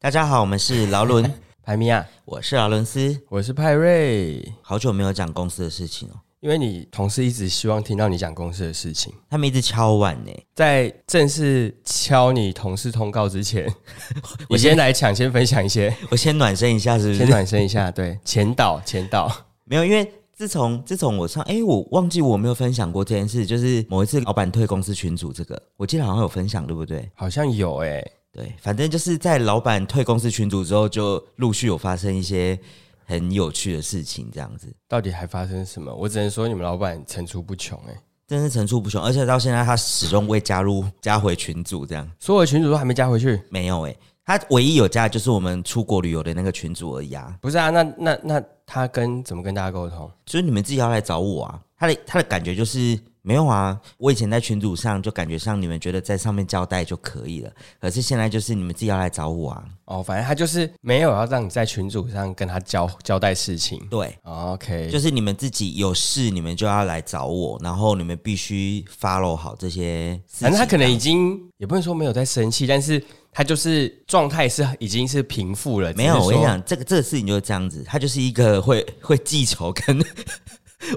大家好，我们 是劳伦，排米亚，我是劳伦斯。我是派瑞。好久没有讲公司的事情哦，因为你同事一直希望听到你讲公司的事情，他们一直敲碗呢。在正式敲你同事通告之前， 我先来抢先分享一 些，我先暖身一下，是不先是？暖身一下。对，前导，前导，没有，因为自从自从我上，哎、我忘记我没有分享过这件事，就是某一次老板退公司群组这个，我记得好像有分享，对不对？好像有哎、对，反正就是在老板退公司群组之后，就陆续有发生一些很有趣的事情，这样子。到底还发生什么？我只能说你们老板层出不穷哎、真是层出不穷，而且到现在他始终未加入加回群组，这样所有的群主都还没加回去。没有哎、他唯一有加的就是我们出国旅游的那个群组而已啊，不是啊，那那那他跟怎么跟大家沟通？所以你们自己要来找我啊。他的他的感觉就是没有啊，我以前在群组上就感觉上你们觉得在上面交代就可以了，可是现在就是你们自己要来找我啊。哦，反正他就是没有要让你在群组上跟他交交代事情。对，哦 OK，就是你们自己有事你们就要来找我，然后你们必须 follow 好这些事情。反正他可能已经也不能说没有在生气，但是他就是状态是已经是平复了。没有，只是我说跟你，讲，这个这个事情就是这样子，他就是一个会会记仇跟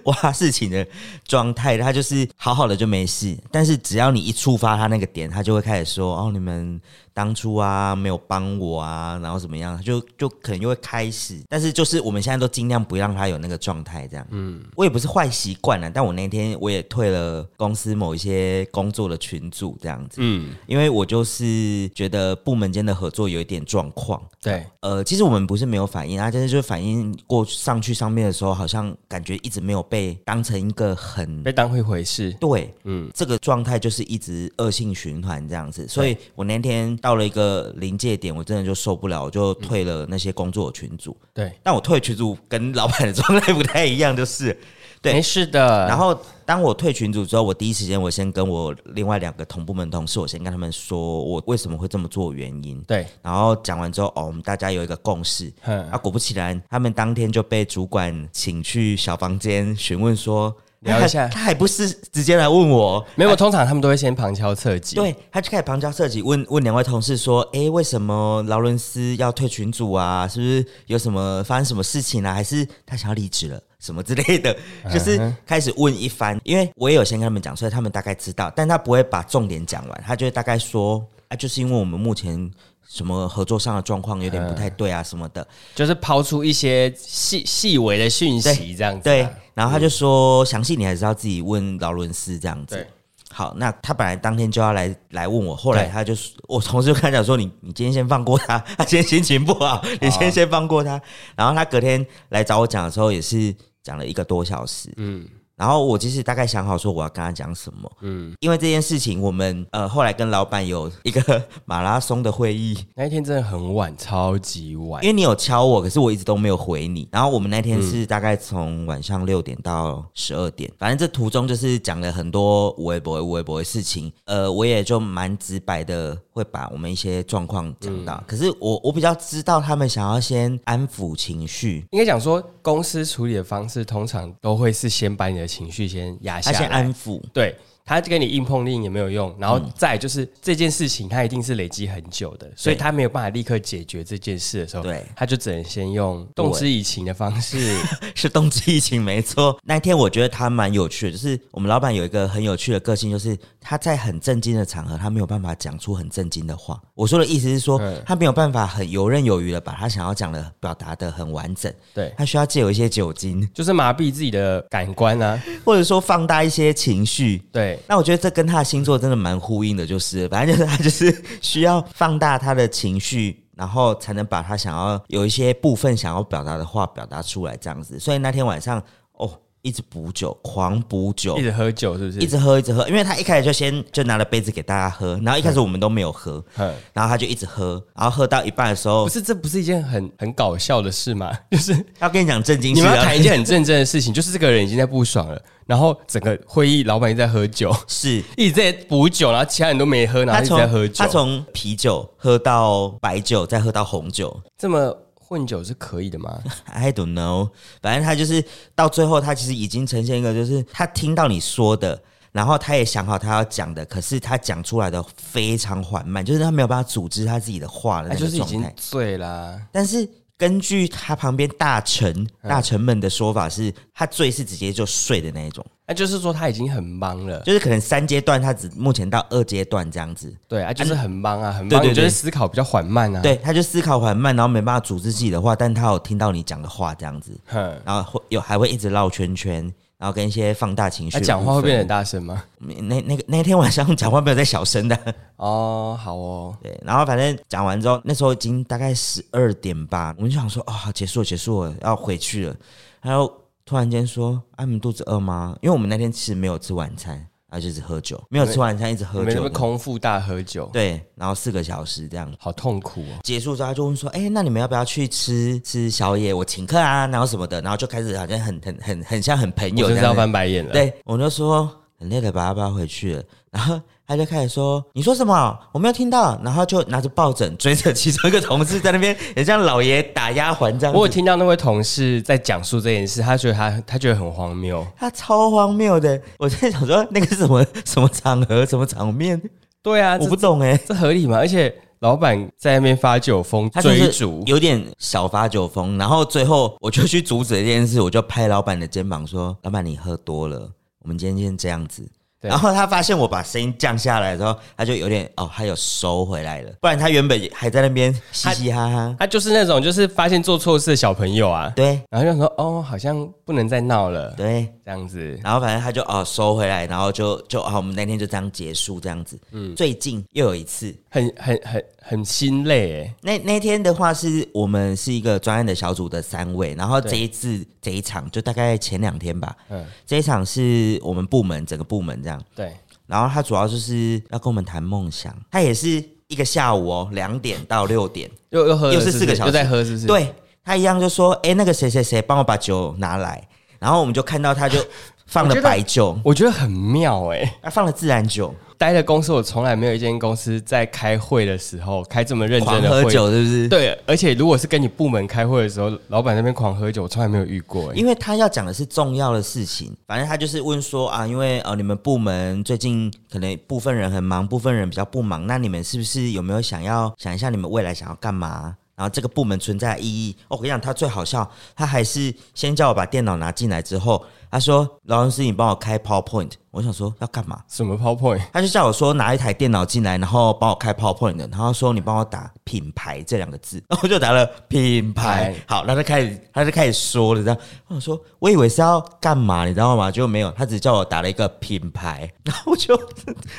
挖事情的状态，他就是好好的就没事，但是只要你一触发他那个点，他就会开始说哦，你们当初啊没有帮我啊，然后怎么样，他就就可能就会开始，但是就是我们现在都尽量不让他有那个状态，这样。嗯，我也不是坏习惯啊了，但我那天我也退了公司某一些工作的群组这样子，嗯，因为我就是觉得部门间的合作有一点状况，对，呃，其实我们不是没有反应啊，但是就是反应过上去上面的时候，好像感觉一直没有被当成一个很被当回回事。对，嗯嗯，这个状态就是一直恶性循环这样子。所以我那天到了一个临界点，我真的就受不了，我就退了那些工作群组。对，但我退群组跟老板的状态不太一样，嗯就是。对没事的。然后当我退群组之后，我第一时间我先跟我另外两个同部门同事，我先跟他们说我为什么会这么做原因。对，然后讲完之后，哦，我们大家有一个共识，哼啊，，果不其然，他们当天就被主管请去小房间询问说，聊一下他还他还不是直接来问我，没有，通常他们都会先旁敲侧击。，对，他就开始旁敲侧击问问两位同事说，诶，为什么劳伦斯要退群组啊？是不是有什么发生什么事情啊？还是他想要离职了？什么之类的，嗯就是开始问一番，因为我也有先跟他们讲，所以他们大概知道，但他不会把重点讲完，他就会大概说啊，就是因为我们目前什么合作上的状况有点不太嗯对啊什么的，就是抛出一些细细微的讯息，这样子、啊嗯对，，然后他就说，详细你还是要自己问劳伦斯这样子对。好，那他本来当天就要来来问我，后来对他就说我同事就跟他讲说，你你今天先放过他， 他今天心情不好，你哦先先放过他。然后他隔天来找我讲的时候，也是讲了一个多小时，嗯然后我其实大概想好说我要跟他讲什么，嗯。因为这件事情我们呃后来跟老板有一个 马拉松的会议，那一天真的很晚，超级晚因。为你有敲我，可是我一直都没有回你。然后我们那嗯天是大概从晚上六点到十二点，反正这途中就是讲了很多无微不微、无微不微的事情。呃，我也就蛮直白的，会把我们一些状况讲到。嗯可是我我比较知道他们想要先安抚情绪，应该讲说，公司处理的方式通常都会是先把你的情绪先压下他来，先安抚。对他跟你硬碰硬也没有用，然嗯后再来就是、这件事情，他一定是累积很久的，所以他没有办法立刻解决这件事的时候，对他就只能先用动之以情的方 式。是冬季疫情没错。那一天我觉得他蛮有趣的，就是我们老板有一个很有趣的个性，就是他在很震惊的场合，他没有办法讲出很震惊的话。我说的意思是说，嗯他没有办法很游刃有余的把他想要讲的表达的很完整，对，他需要借有一些酒精，就是麻痹自己的感官啊。或者说放大一些情绪。对，那我觉得这跟他的星座真的蛮呼应的，就是 反正就是他就是需要放大他的情绪，然后才能把他想要有一些部分想要表达的话表达出来，这样子。所以那天晚上哦，一直补酒，狂补酒一。直喝酒是不是？哦一直喝，一直喝，因为他一开始就先就拿了杯子给大家喝，然后一开始我们都没有喝，嗯然后他就一直喝，然后喝到一半的时候不，是，这不是一件很很搞笑的事吗？ 就是要跟你讲正经你事们啊，要谈一件很认真的事情，就是这个人已经在不爽了，然后整个会议老板一直在喝酒， 是一直在补酒，然后其他人都没喝，然后他一直在喝从酒。他从啤酒喝到白酒，再喝到红酒，这么混酒是可以的吗？ I don't know，反正他就是到最后，他其实已经呈现一个，就是他听到你说的，然后他也想好他要讲的，可是他讲出来的非常缓慢，就是他没有办法组织他自己的话的他那啊就个是已状经态。醉啦。但是根据他旁边大臣嗯大臣们的说法是，他醉是直接就睡的那一种，那啊就是说他已经很忙了，就是可能三阶段他只目前到二阶段这样子，对啊，就是很忙啊，很对忙，对你就对是思考比较缓慢啊。，对，他就思考缓慢，然后没办法组织自己的话，但他有听到你讲的话这样子，哼，啊然后会有还会一直绕圈圈，然后跟一些放大情绪那的部分。讲话会变得很大声吗？那那个那天晚上 讲话没有在小声的，哦，好哦，对，然后反正讲完之后，那时候已经大概十二点吧，我们就想说啊、结束了，结束了，要回去了。然后突然间说：“啊，你们肚子饿吗？”因为我们那天其实没有吃晚餐，然后就是喝酒，没有吃晚餐，一直你喝们那酒边的，空腹大喝酒，对，然后四个小时这样。好痛苦哦。结束之后，他就问说：“哎、那你们要不要去吃吃宵夜？我请客啊，然后什么的。”然后就开始好像很很很很像很朋友我这真样是要子。翻白眼了。，对，我就说很累了吧，要不要回去了？ 然后他就开始说：“你说什么？我没有听到。”然后就拿着抱枕追着其中一个同事在那边，也像老爷打丫鬟这样子。我有听到那位同事在讲述这件事，他觉得他他觉得很荒谬。他超荒谬的，我在想说那个是什么什么场合、什么场面，对啊，我这不懂哎、这合理吗？而且老板在那边发酒疯他就是追逐，有点小发酒疯，然后最后我就去阻止这件事，我就拍老板的肩膀说：“老板，你喝多了，我们今天先这样子。”对然后他发现我把声音降下来之后，他就有点哦，他有收回来了，不然他原本还在那边嘻嘻哈哈。他就是那种就是发现做错事的小朋友啊，对然后就说哦，好像不能再闹了，对，这样子。然后反正他就哦收回来，然后就就哦，我们那天就这样结束这样子。嗯，最近又有一次，很很很很心累哎，那那天的话是我们是一个专案的小组的三位，然后这一次这一场就大概前两天吧，嗯，这一场是我们部门整个部门这样，对，然后他主要就是要跟我们谈梦想，他也是一个下午哦，两点到六点，又又喝了，又是不四个小时又在喝，是不是？，对他一样就说，哎、那个谁谁谁帮我把酒拿来，然后我们就看到他就放我了觉得白酒，我觉得很妙哎、他放了自然酒，待的公司我从来没有一间公司在开会的时候开这么认狂真的喝会。酒是不是？对，而且如果是跟你部门开会的时候，老板那边狂喝酒，我从来没有遇过、欸。因为他要讲的是重要的事情，反正他就是问说啊，因为呃你们部门最近可能部分人很忙，部分人比较不忙，那你们是不是有没有想要想一下你们未来想要干嘛？然后这个部门存在的意义，哦，我跟你讲，他最好笑，他还是先叫我把电脑拿进来之后，他说：“劳伦斯，你帮我开 PowerPoint。”我想说要干嘛？什么 PowerPoint？他就叫我说拿一台电脑进来，然后帮我开 PowerPoint 的，然后说你帮我打品牌这两个字， 然后我就打了品牌牌。好，那他开始他就开始说了，这样我想说我以为是要干嘛，你知道吗？结果没有，他只叫我打了一个品牌， 然后我就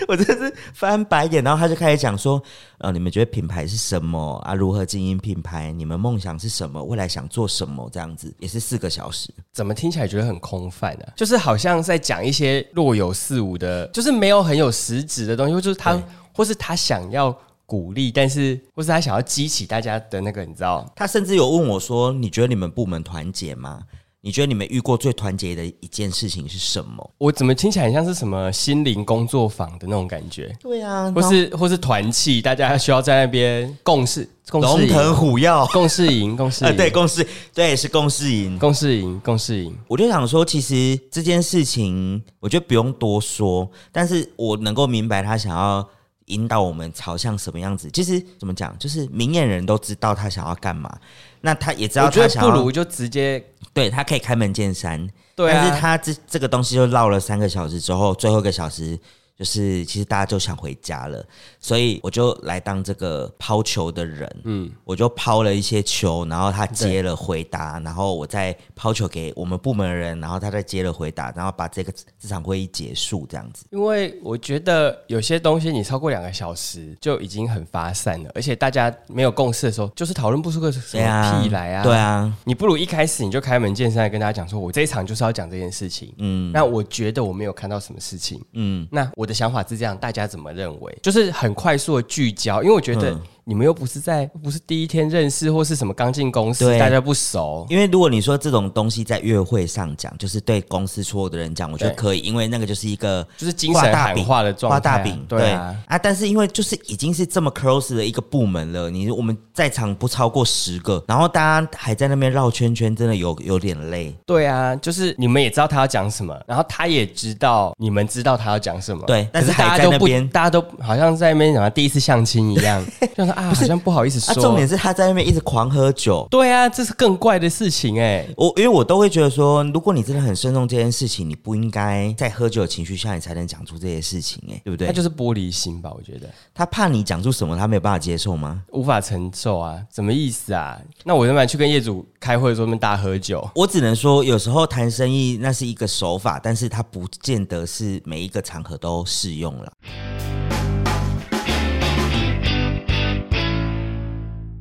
我真的是翻白眼，然后他就开始讲说，呃，你们觉得品牌是什么啊？如何经营品牌？你们梦想是什么？未来想做什么？这样子也是四个小时。怎么听起来觉得很空泛啊？就是好像在讲一些若有似无的，就是没有很有实质的东西，或就是他，或是他想要鼓励，但是或是他想要激起大家的那个，你知道？他甚至有问我说：“你觉得你们部门团结吗？你觉得你们遇过最团结的一件事情是什么我怎么听起来很像是什么心灵工作坊的那种感觉？”，对啊或是或是团契，大家需要在那边共事，共事龙营，腾虎跃，啊、共事营，共事营，对，共事，对，是共事营。共事营，共事营。我就想说，其实这件事情，我觉得不用多说，但是我能够明白他想要引导我们朝向什么样子。其实怎么讲，就是明眼人都知道他想要干嘛，那他也知道我觉他得想不要，如就直接对他可以开门见山，对但是啊，他这这个东西就绕了三个小时之后，最后一个小时就是其实大家就想回家了，所以我就来当这个抛球的人，嗯，我就抛了一些球，然后他接了回答，然后我再抛球给我们部门的人，然后他再接了回答，然后把这个这场会议结束这样子。因为我觉得有些东西你超过两个小时就已经很发散了，而且大家没有共识的时候，就是讨论不出个什对啊么屁来啊。对，啊，你不如一开始你就开门见山地跟大家讲说，我这一场就是要讲这件事情。嗯，那我觉得我没有看到什么事情。嗯，嗯那我的想法是这样，大家怎么认为？就是很快速的聚焦，因为我觉得你们又不是在不是第一天认识或是什么刚进公司，对大家不熟，因为如果你说这种东西在约会上讲，就是对公司所有的人讲，我觉得对可以，因为那个就是一个就是精神喊话的状态啊画大饼，对啊但是因为就是已经是这么 close 的一个部门了，你我们在场不超过十个，然后大家还在那边绕圈圈，真的有有点累。对啊，就是你们也知道他要讲什么，然后他也知道你们知道他要讲什么，对可但是是还大家都在那不，边大家都好像在那边讲第一次相亲一样， 就说啊，好像不好意思啊，说，重点是他在那边一直狂喝酒。对啊，这是更怪的事情哎、我因为我都会觉得说，如果你真的很慎重这件事情，你不应该在喝酒的情绪下你才能讲出这些事情、哎，对不对？他他就是玻璃心吧，我觉得他怕你讲出什么，他没有办法接受吗？无法承受啊，什么意思啊？那我要不然去跟业主开会的时候，面大喝酒，我只能说，有时候谈生意那是一个手法，但是它不见得是每一个场合都适用了。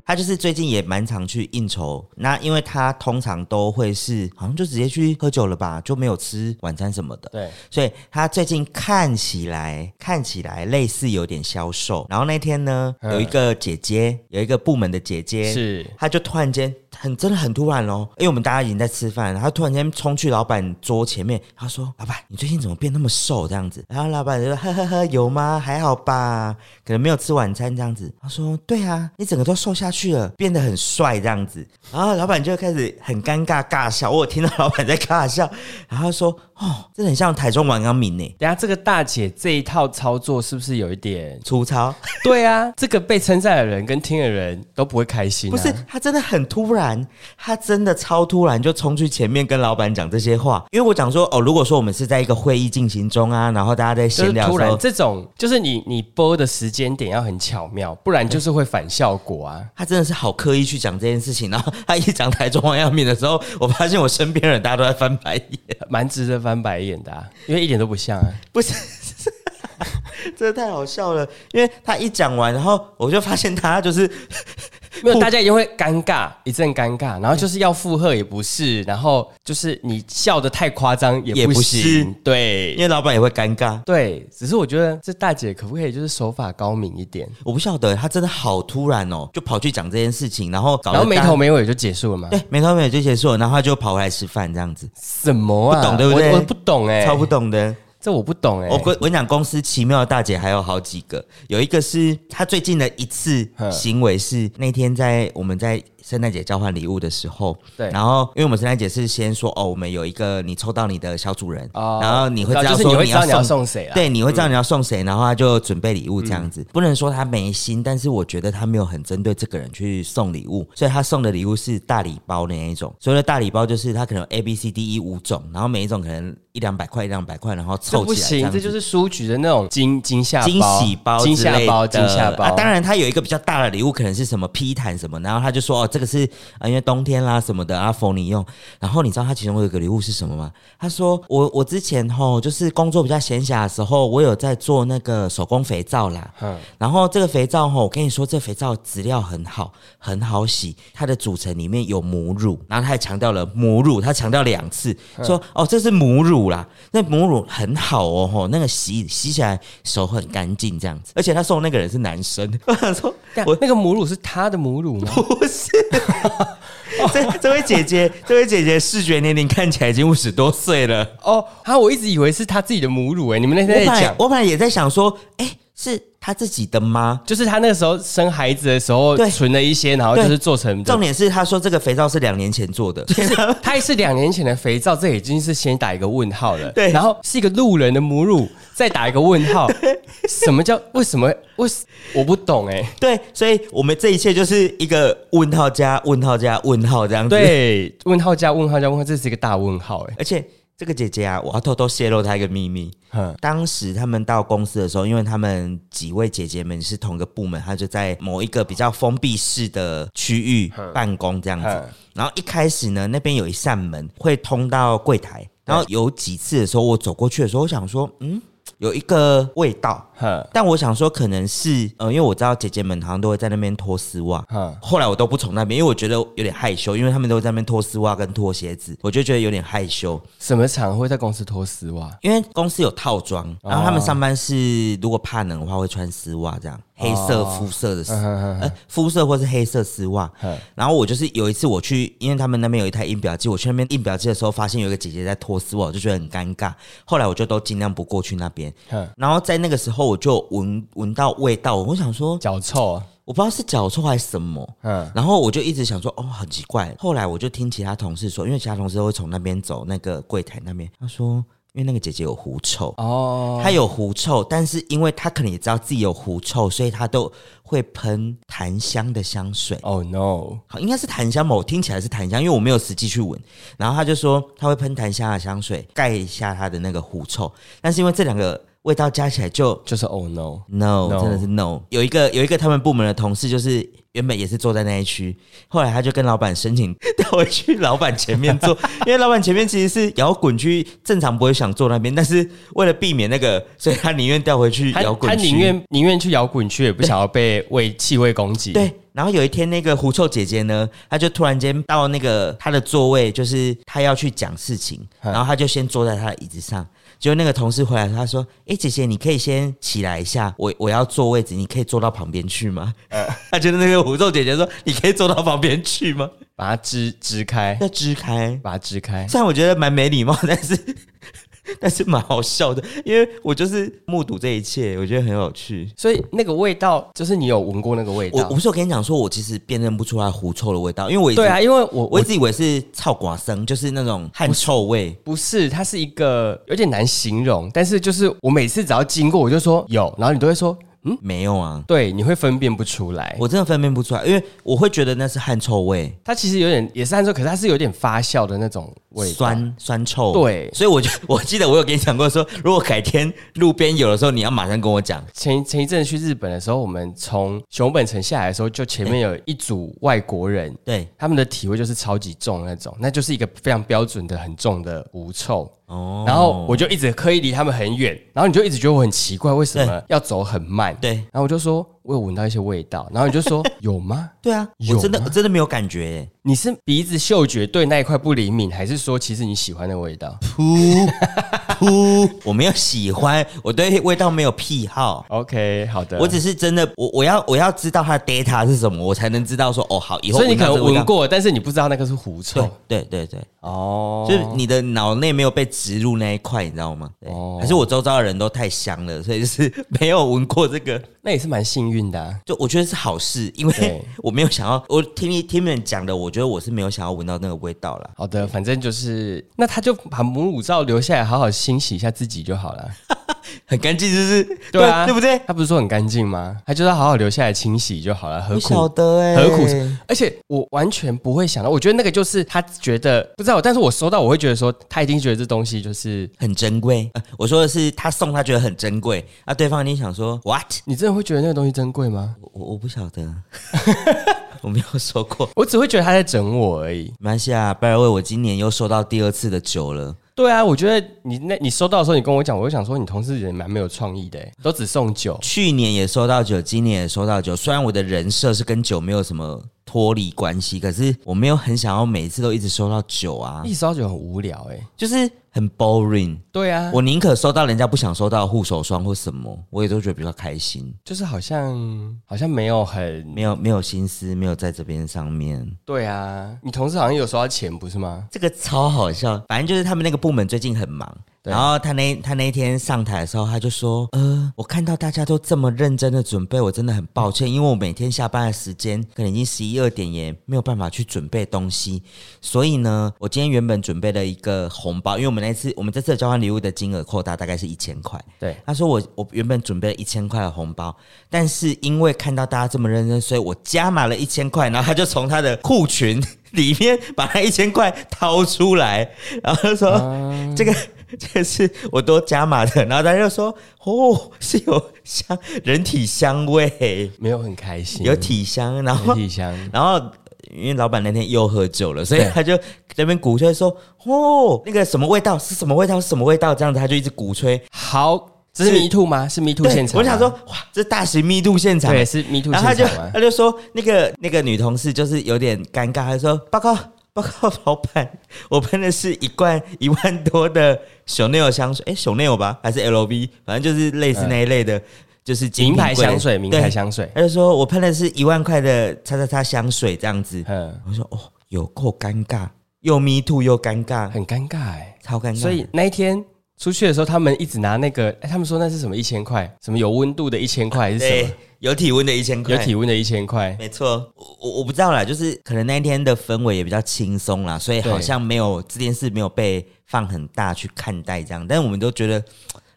他就是最近也蛮常去应酬，那因为他通常都会是好像就直接去喝酒了吧，就没有吃晚餐什么的。对，所以他最近看起来看起来类似有点消瘦。然后那天呢，嗯有一个姐姐，有一个部门的姐姐是他就突然间很真的很突然哦，因为我们大家已经在吃饭，他突然间冲去老板桌前面，他说：“老板，你最近怎么变那么瘦这样子？”然后老板就说：“呵呵呵，有吗？还好吧，可能没有吃晚餐这样子。”他说：“对啊，你整个都瘦下去了，变得很帅这样子。”然后老板就开始很尴尬尬笑，我有听到老板在尬笑，然后他说：“哦，真的很像台中王阳明欸呢，等一下这个大姐这一套操作是不是有一点？粗糙。”对啊，这个被称赞的人跟听的人都不会开心、啊，不是，他真的很突然，他真的超突然就冲去前面跟老板讲这些话。因为我讲说，哦，如果说我们是在一个会议进行中啊，然后大家在就闲是聊突的时然候，这种，就是你你播的时间点要很巧妙，不然就是会反效果啊。他真的是好刻意去讲这件事情。然后他一讲台中王阳明的时候，我发现我身边人大家都在翻白 眼，蛮值得翻白眼的、啊，因为一点都不像啊。不是。真的太好笑了，因为他一讲完，然后我就发现他就是没有，不大家也会尴尬一阵尴尬，然后就是要附和也不是，然后就是你笑得太夸张也也不不行是，因对为老板也会尴尬，对。只是我觉得这大姐可不可以就是手法高明一点，我不晓得他真的好突然哦，就跑去讲这件事情，然后搞得然后没大家头没尾就结束了吗？对没头没尾就结束了，然后他就跑回来吃饭这样子。什么啊？不懂对不对我我不懂哎、超不懂的。这我不懂哎、我跟我跟你讲，公司奇妙的大姐还有好几个，有一个是她最近的一 次嗯行为是那天在我们在圣诞节交换礼物的时候，对然后因为我们圣诞节是先说哦，我们有一个你抽到你的小主人，哦然后你会我知知道道就是你说会知道你要要送。送谁啦。对，你会知道你要送谁，然后她就准备礼物这样子。不能说她没心，但是我觉得她没有很针对这个人去送礼物，所以她送的礼物是大礼包的那一种。所谓的大礼包就是她可能有 A B C D E 五种，然后每一种可能一两百块，一两百块，然后这凑不起来这行，样这子。就是书局的那种惊惊吓惊喜包之惊类的、吓包、惊吓包。啊当，然，它有一个比较大的礼物，可能是什么披毯什么，然后他就说哦，这个是啊，因为冬天啦什么的啊，逢你用。然后你知道他其中有一个礼物是什么吗？他说我我之前吼就是工作比较闲暇的时候，我有在做那个手工肥皂啦。嗯，然后这个肥皂吼，我跟你说，这肥皂质料很好，很好洗。它的组成里面有母乳，然后他还强调了母乳，他强调两次，嗯说哦，这是母乳啦，那母乳很好哦，吼，那个洗洗起来手很干净这样子。而且他送那个人是男生， 我想说，但我那个母乳是他的母乳吗？ 不是。这这位姐姐，这位姐姐视觉年龄看起来已经五十多岁了。哦，啊，我一直以为是他自己的母乳哎、你们那我本天在来讲，我本来也在想说，哎，是她自己的吗？就是他那个时候生孩子的时候对存了一些，然后对就是做成的重点是她说这个肥皂是两年前做的，它是两年前的肥皂，这已经是先打一个问号了。对然后是一个路人的母乳，再打一个问 号。什么叫为什么？为什我不懂哎、对，所以我们这一切就是一个问号加问号加问号这样子。，对，问号加问号加问号，这是一个大问号哎、而且这个姐姐啊，我要偷偷泄露她一个秘密。嗯，当时他们到公司的时候，因为他们几位姐姐们是同个部门，她就在某一个比较封闭式的区域办公这样嗯子。然后一开始呢，那边有一扇门会通到柜台。然后有几次的时候，我走过去的时候，我想说，嗯，有一个味道。哼但我想说，可能是呃，因为我知道姐姐们好像都会在那边脱丝袜，哼，后来我都不从那边，因为我觉得有点害羞，因为他们都在那边脱丝袜跟脱鞋子，我就觉得有点害羞。什么场合会在公司脱丝袜？因为公司有套装，然后他们上班是如果怕冷的话会穿丝袜，这样黑色肤色的丝，呃，肤色或是黑色丝袜。然后我就是有一次我去，因为他们那边有一台印表机，我去那边印表机的时候，发现有一个姐姐在脱丝袜，我就觉得很尴尬。后来我就都尽量不过去那边嗯。然后在那个时候我就闻闻到味道，我想说脚臭，啊我不知道是脚臭还是什么，嗯，然后我就一直想说，哦，很奇怪。后来我就听其他同事说，因为其他同事都会从那边走那个柜台那边，他说，因为那个姐姐有狐臭，哦，她有狐臭，但是因为她可能也知道自己有狐臭，所以她都会喷檀香的香水。哦 no，好，应该是檀香吧，我听起来是檀香，因为我没有实际去闻。然后他就说他会喷檀香的香水盖一下他的那个狐臭，但是因为这两个味道加起来就就是 oh no， No，, No 真的是 No。有一个有一个他们部门的同事，就是原本也是坐在那一区，后来他就跟老板申请 调回去老板前面 坐，因为老板前面其实是摇滚区，正常不会想坐那边，但是为了避免那个，所以他宁愿调回去他摇滚他区。宁愿宁愿去摇滚区，也不想要被味气味攻击。，对，然后有一天那个狐臭姐姐呢，她就突然间到那个她的座位，就是她要去讲事情，嗯然后她就先坐在她的椅子上。结果那个同事回来，她说：“哎、姐姐，你可以先起来一下，我我要坐位置，你可以坐到旁边去吗？”嗯 她觉得那个狐臭姐姐说：“你可以坐到旁边去吗把它支支开？”，要支开。把它支开。虽然我觉得蛮没礼貌，但是 但是蛮好笑的，因为我就是目睹这一切，我觉得很有趣。所以那个味道，就是你有闻过那个味我我道不？是有跟你讲说，我其实辨认不出来狐臭的味道，因为我一直对啊，因为我我一我直以为是臭寡生，就是那种汗臭味。不是，它是一个有点难形容，但是就是我每次只要经过，我就说有，然后你都会说嗯，没有啊，对，你会分辨不出来。我真的分辨不出来，因为我会觉得那是汗臭味，它其实有点也是按说，可是它是有点发酵的那种味道。酸酸臭。对所以我就我记得我有跟你讲过说如果改天路边有的时候，你要马上跟我讲。前前一阵去日本的时候，我们从熊本城下来的时候，就前面有一组外国人，对，他们的体味就是超级重的那种，那就是一个非常标准的很重的狐臭。哦，然后我就一直刻意离他们很远，然后你就一直觉得我很奇怪，为什么要走很慢？对然后我就说我有闻到一些味道，然后你就 说有吗？对啊，有我真的吗我真的没有感觉耶。你是鼻子嗅觉对那一块不灵敏，还是说其实你喜欢的味道噗噗， 我没有喜欢，我对味道没有癖好。 ？OK，好的，我只是真的，我我要我要知道它的 data 是什么，我才能知道说哦好，以后所以你闻到可这能个味道闻过，但是你不知道那个是狐臭对对对对，哦，就是你的脑内没有被植入那一块，你知道吗？对，哦还是我周遭的人都太香了，所以就是没有闻过这 个。那也是蛮幸运的、啊。就我觉得是好事，因为对我没有想要，我听你听你们讲的，我觉得我是没有想要闻到那个味道 啦。好的，反正就是，那他就把母乳罩留下来，好好清洗一下自己就好了。很干净，是不是？对啊对不对？他不是说很干净吗？他就是要好好留下来清洗就好了，何不晓苦？得哎、何苦？而且我完全不会想到，我觉得那个就是他觉得不知道，但是我收到我会觉得说，他一定觉得这东西就是很珍贵、呃我说的是他送，他觉得很珍贵，啊，对方一定想说 what？你真的会觉得那个东西珍贵吗？我我不晓得，啊 我没有说过。我只会觉得他在整我而已。马来西亚拜尔威，我今年又收到第二次的酒了。对啊，我觉得你那你收到的时候，你跟我讲，我就想说你同事也蛮没有创意的欸，都只送酒。去年也收到酒，今年也收到酒。虽然我的人设是跟酒没有什么脱离关系，可是我没有很想要每一次都一直收到酒啊，一烧酒很无聊哎、就是很 boring。对啊，我宁可收到人家不想收到的护手霜或什么，我也都觉得比较开心。就是好像好像没有很没有没有心思，没有在这边上面，对啊。你同事好像有收到钱不是吗？这个超好笑。反正就是他们那个部门最近很忙。对然后他那他那一天上台的时候，他就说：“呃，我看到大家都这么认真的准备，我真的很抱歉，因为我每天下班的时间可能已经十一二点，也没有办法去准备东西。所以呢，我今天原本准备了一个红包，因为我们那次我们这次的交换礼物的金额扩大大概是一千块。对，他说我我原本准备了一千块的红包，但是因为看到大家这么认真，所以我加码了一千块，然后他就从他的裤裙里面把那一千块掏出来，然后就说、啊这个。 这个是我多加码的，然后他就说：“哦，是有 香人体香味，没有很开心，有体香。”然后人体香，然后因为老板那天又喝酒了，所以对他就在那边鼓吹说：“哦，那个什么味道是什么味道是什么味道？”这样子他就一直鼓吹，好这是迷兔吗？是迷兔对现场吗？我想说，哇，这大型密度现场，啊啊对，是迷兔然后他现就场吗 他？就说那个那个女同事就是有点尴尬，她说报告报告老板，我喷的是一罐一万多的 Chanel 香水，哎 Chanel 吧还是 LV，反正就是类似那一类的，就是精嗯名品牌柜香水，名牌。香水对，他就说我喷的是一万块的叉叉叉香水这样子，嗯，我说哦有够尴尬，又 me too 又尴尬，很尴尬哎。超尴尬。所以那一天出去的时候，他们一直拿那个，哎，他们说那是什么一千块，什么有温度的一千块还是什对么有体温的一千块，有体温的一千块？没错，我我我不知道啦，就是可能那一天的氛围也比较轻松啦，所以对好像没有这件事没有被放很大去看待这样，但我们都觉得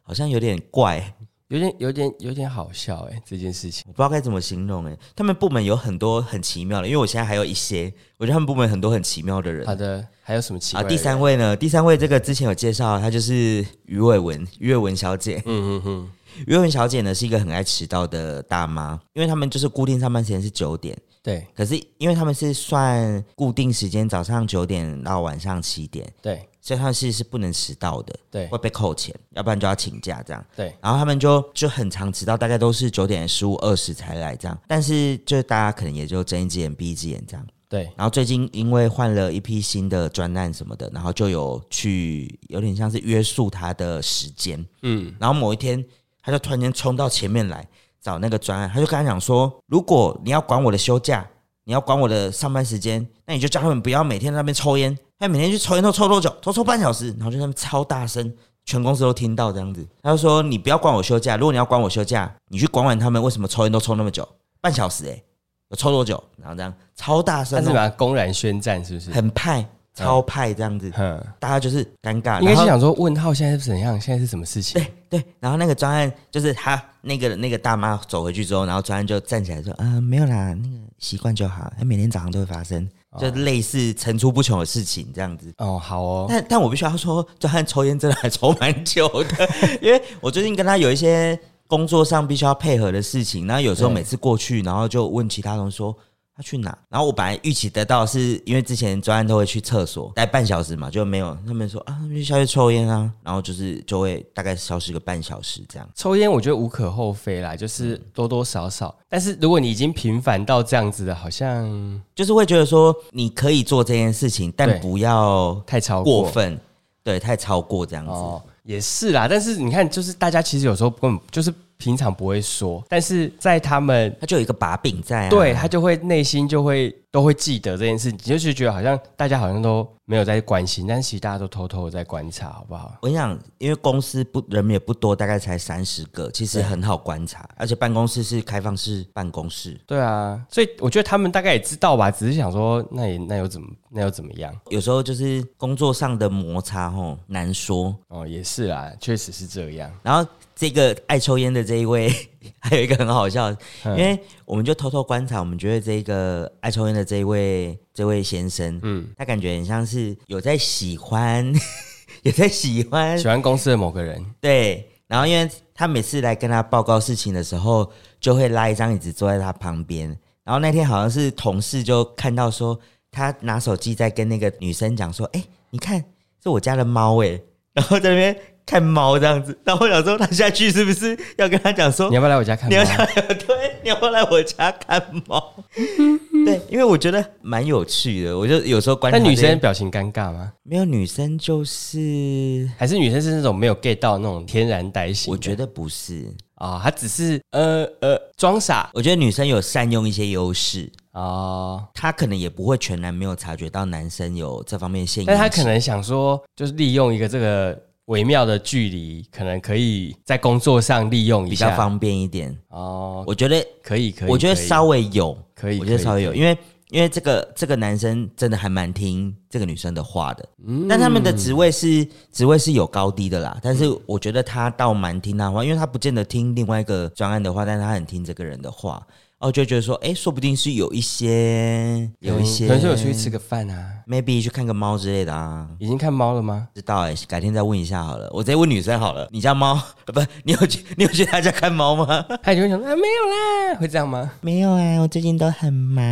好像有点怪，有点有点有点好笑哎、这件事情。我不知道该怎么形容哎、他们部门有很多很奇妙的，因为我现在还有一些，我觉得他们部门很多很奇妙的人。好的，还有什么奇怪啊，的？第三位呢？第三位这个之前有介绍，她就是于伟文，于伟文小姐。嗯，嗯嗯于伟文小姐呢是一个很爱迟到的大妈，因为他们就是固定上班时间是九点，嗯，对可是因为他们是算固定时间，早上九点到晚上七点，对所以他们是是不能迟到的，对会被扣钱，要不然就要请假这样。对，然后他们就就很常迟到，大概都是九点十五、二十才来这样。但是就大家可能也就睁一只眼闭一只眼这样。对，然后最近因为换了一批新的专案什么的，然后就有去有点像是约束他的时间。嗯，然后某一天，他就突然间冲到前面来找那个专案，他就跟他讲说：“如果你要管我的休假，你要管我的上班时间，那你就叫他们不要每天在那边抽烟，他每天去抽烟都抽多久？都抽半小时，然后就在那边超大声，全公司都听到这样子。”他就说：“你不要管我休假，如果你要管我休假，你去管管他们为什么抽烟都抽那么久，半小时诶、有抽多久？然后这样超大声但是哦、把它公然宣战是不是？很派，超派这样子，嗯，大家就是尴尬。应该然是后想说问号现在是怎样？现在是什么事情？啊对，然后那个专案就是他那个那个大妈走回去之后，然后专案就站起来说：“啊、没有啦，那个习惯就好，每天早上都会发生，就类似层出不穷的事情这样子。”哦，好哦，但但我必须要说，专案抽烟真的还抽蛮久的， 因为我最近跟他有一些工作上必须要配合的事情，然后有时候对每次过去，然后就问其他同事说。他去哪？然后我本来预期得到是因为之前专案都会去厕所待半小时嘛，就没有。他们说啊，他们就下去抽烟啊，然后就是就会大概消失个半小时这样。抽烟我觉得无可厚非啦，就是多多少少。但是如果你已经频繁到这样子的，好像就是会觉得说你可以做这件事情，但对不要太超过过分，对，太超过这样子。哦，也是啦。但是你看，就是大家其实有时候根本就是平常不会说，但是在他们他就有一个把柄在啊，对他就会内心就会都会记得这件事，你就是觉得好像大家好像都没有在关心，但是其实大家都偷偷的在观察，好不好？我跟你讲，因为公司不人也不多，大概才三十个，其实很好观察，而且办公室是开放式办公室，对啊，所以我觉得他们大概也知道吧，只是想说，那也那又怎么那又怎么样？有时候就是工作上的摩擦吼难说。哦，也是啦，确实是这样。然后这个爱抽烟的这一位， 还有一个很好笑，因嗯为我们就偷偷观察，我们觉得这个爱抽烟的这一位这位先生，嗯，他感觉很像是有在喜欢， 有在喜欢喜欢公司的某个人，对，然后因为他每次来跟他报告事情的时候，就会拉一张椅子坐在他旁边。然后那天好像是同事就看到说，他拿手机在跟那个女生讲说：“哎、你看，是我家的猫哎、然后在那边看猫这样子。然后我想说，他下去是不是要跟他讲说 你，要不要来我家看哦你猫？要想 对，你要不要来我家看猫？对，因为我觉得蛮有趣的，我就有时候观察那这些。女生表情尴尬吗？没有女生就是，还是女生是那种没有 get 到那种天然呆型我的？觉得不是，啊，她只是呃呃装傻我觉得女生有善用一些优势，哦，她可能也不会全然没有察觉到男生有这方面的现象，但她可能想说，就是利用一个这个微妙的距离，可能可以在工作上利用一比较下。方便一点。哦，我觉得，可以可以，我觉得可以稍微有，可以，我觉得可以稍微有，可以因为因为这个这个男生真的还蛮听这个女生的话的，嗯但他们的职位是职位是有高低的啦。但是我觉得他倒蛮听他的话，因为他不见得听另外一个专案的话，但是他很听这个人的话。哦，就觉得说，哎、说不定是有一些，有一些，嗯可能说有出去吃个饭啊。 maybe 去看个猫之类的啊。已经看猫了 吗？知道哎、改天再问一下好了。我直接问女生好了。你家猫 不？你有去你有去她家看猫吗？他就会想啊，没有啦，会这样吗？ 没有啊，我最近都很忙，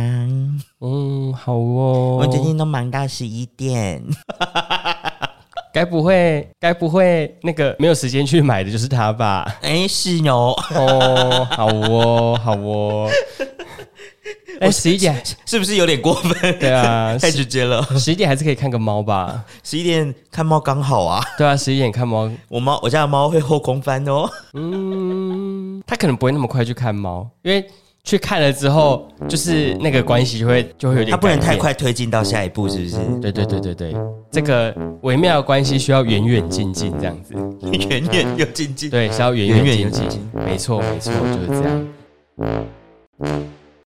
嗯，好哦。 我最近都忙到十一点。该不会该不会那个没有时间去买的就是他吧？哎，是哦， 哦，好哦，好 哦。哎，十一点，是不是有点过分？对啊，太直接了。十一点还是可以看个猫吧？十一点看猫刚好啊，对啊，十一点看猫，我猫我家的猫会后空翻哦。嗯，他可能不会那么快去看猫，因为去看了之后，就是那个关系就会就会有点，它不能太。快推进到下一步，是不是？对对对对对，这个微妙的关系需要远远近近这样子， 远远又近近。对，是要远远远远有近近近，没错没错，就是这样。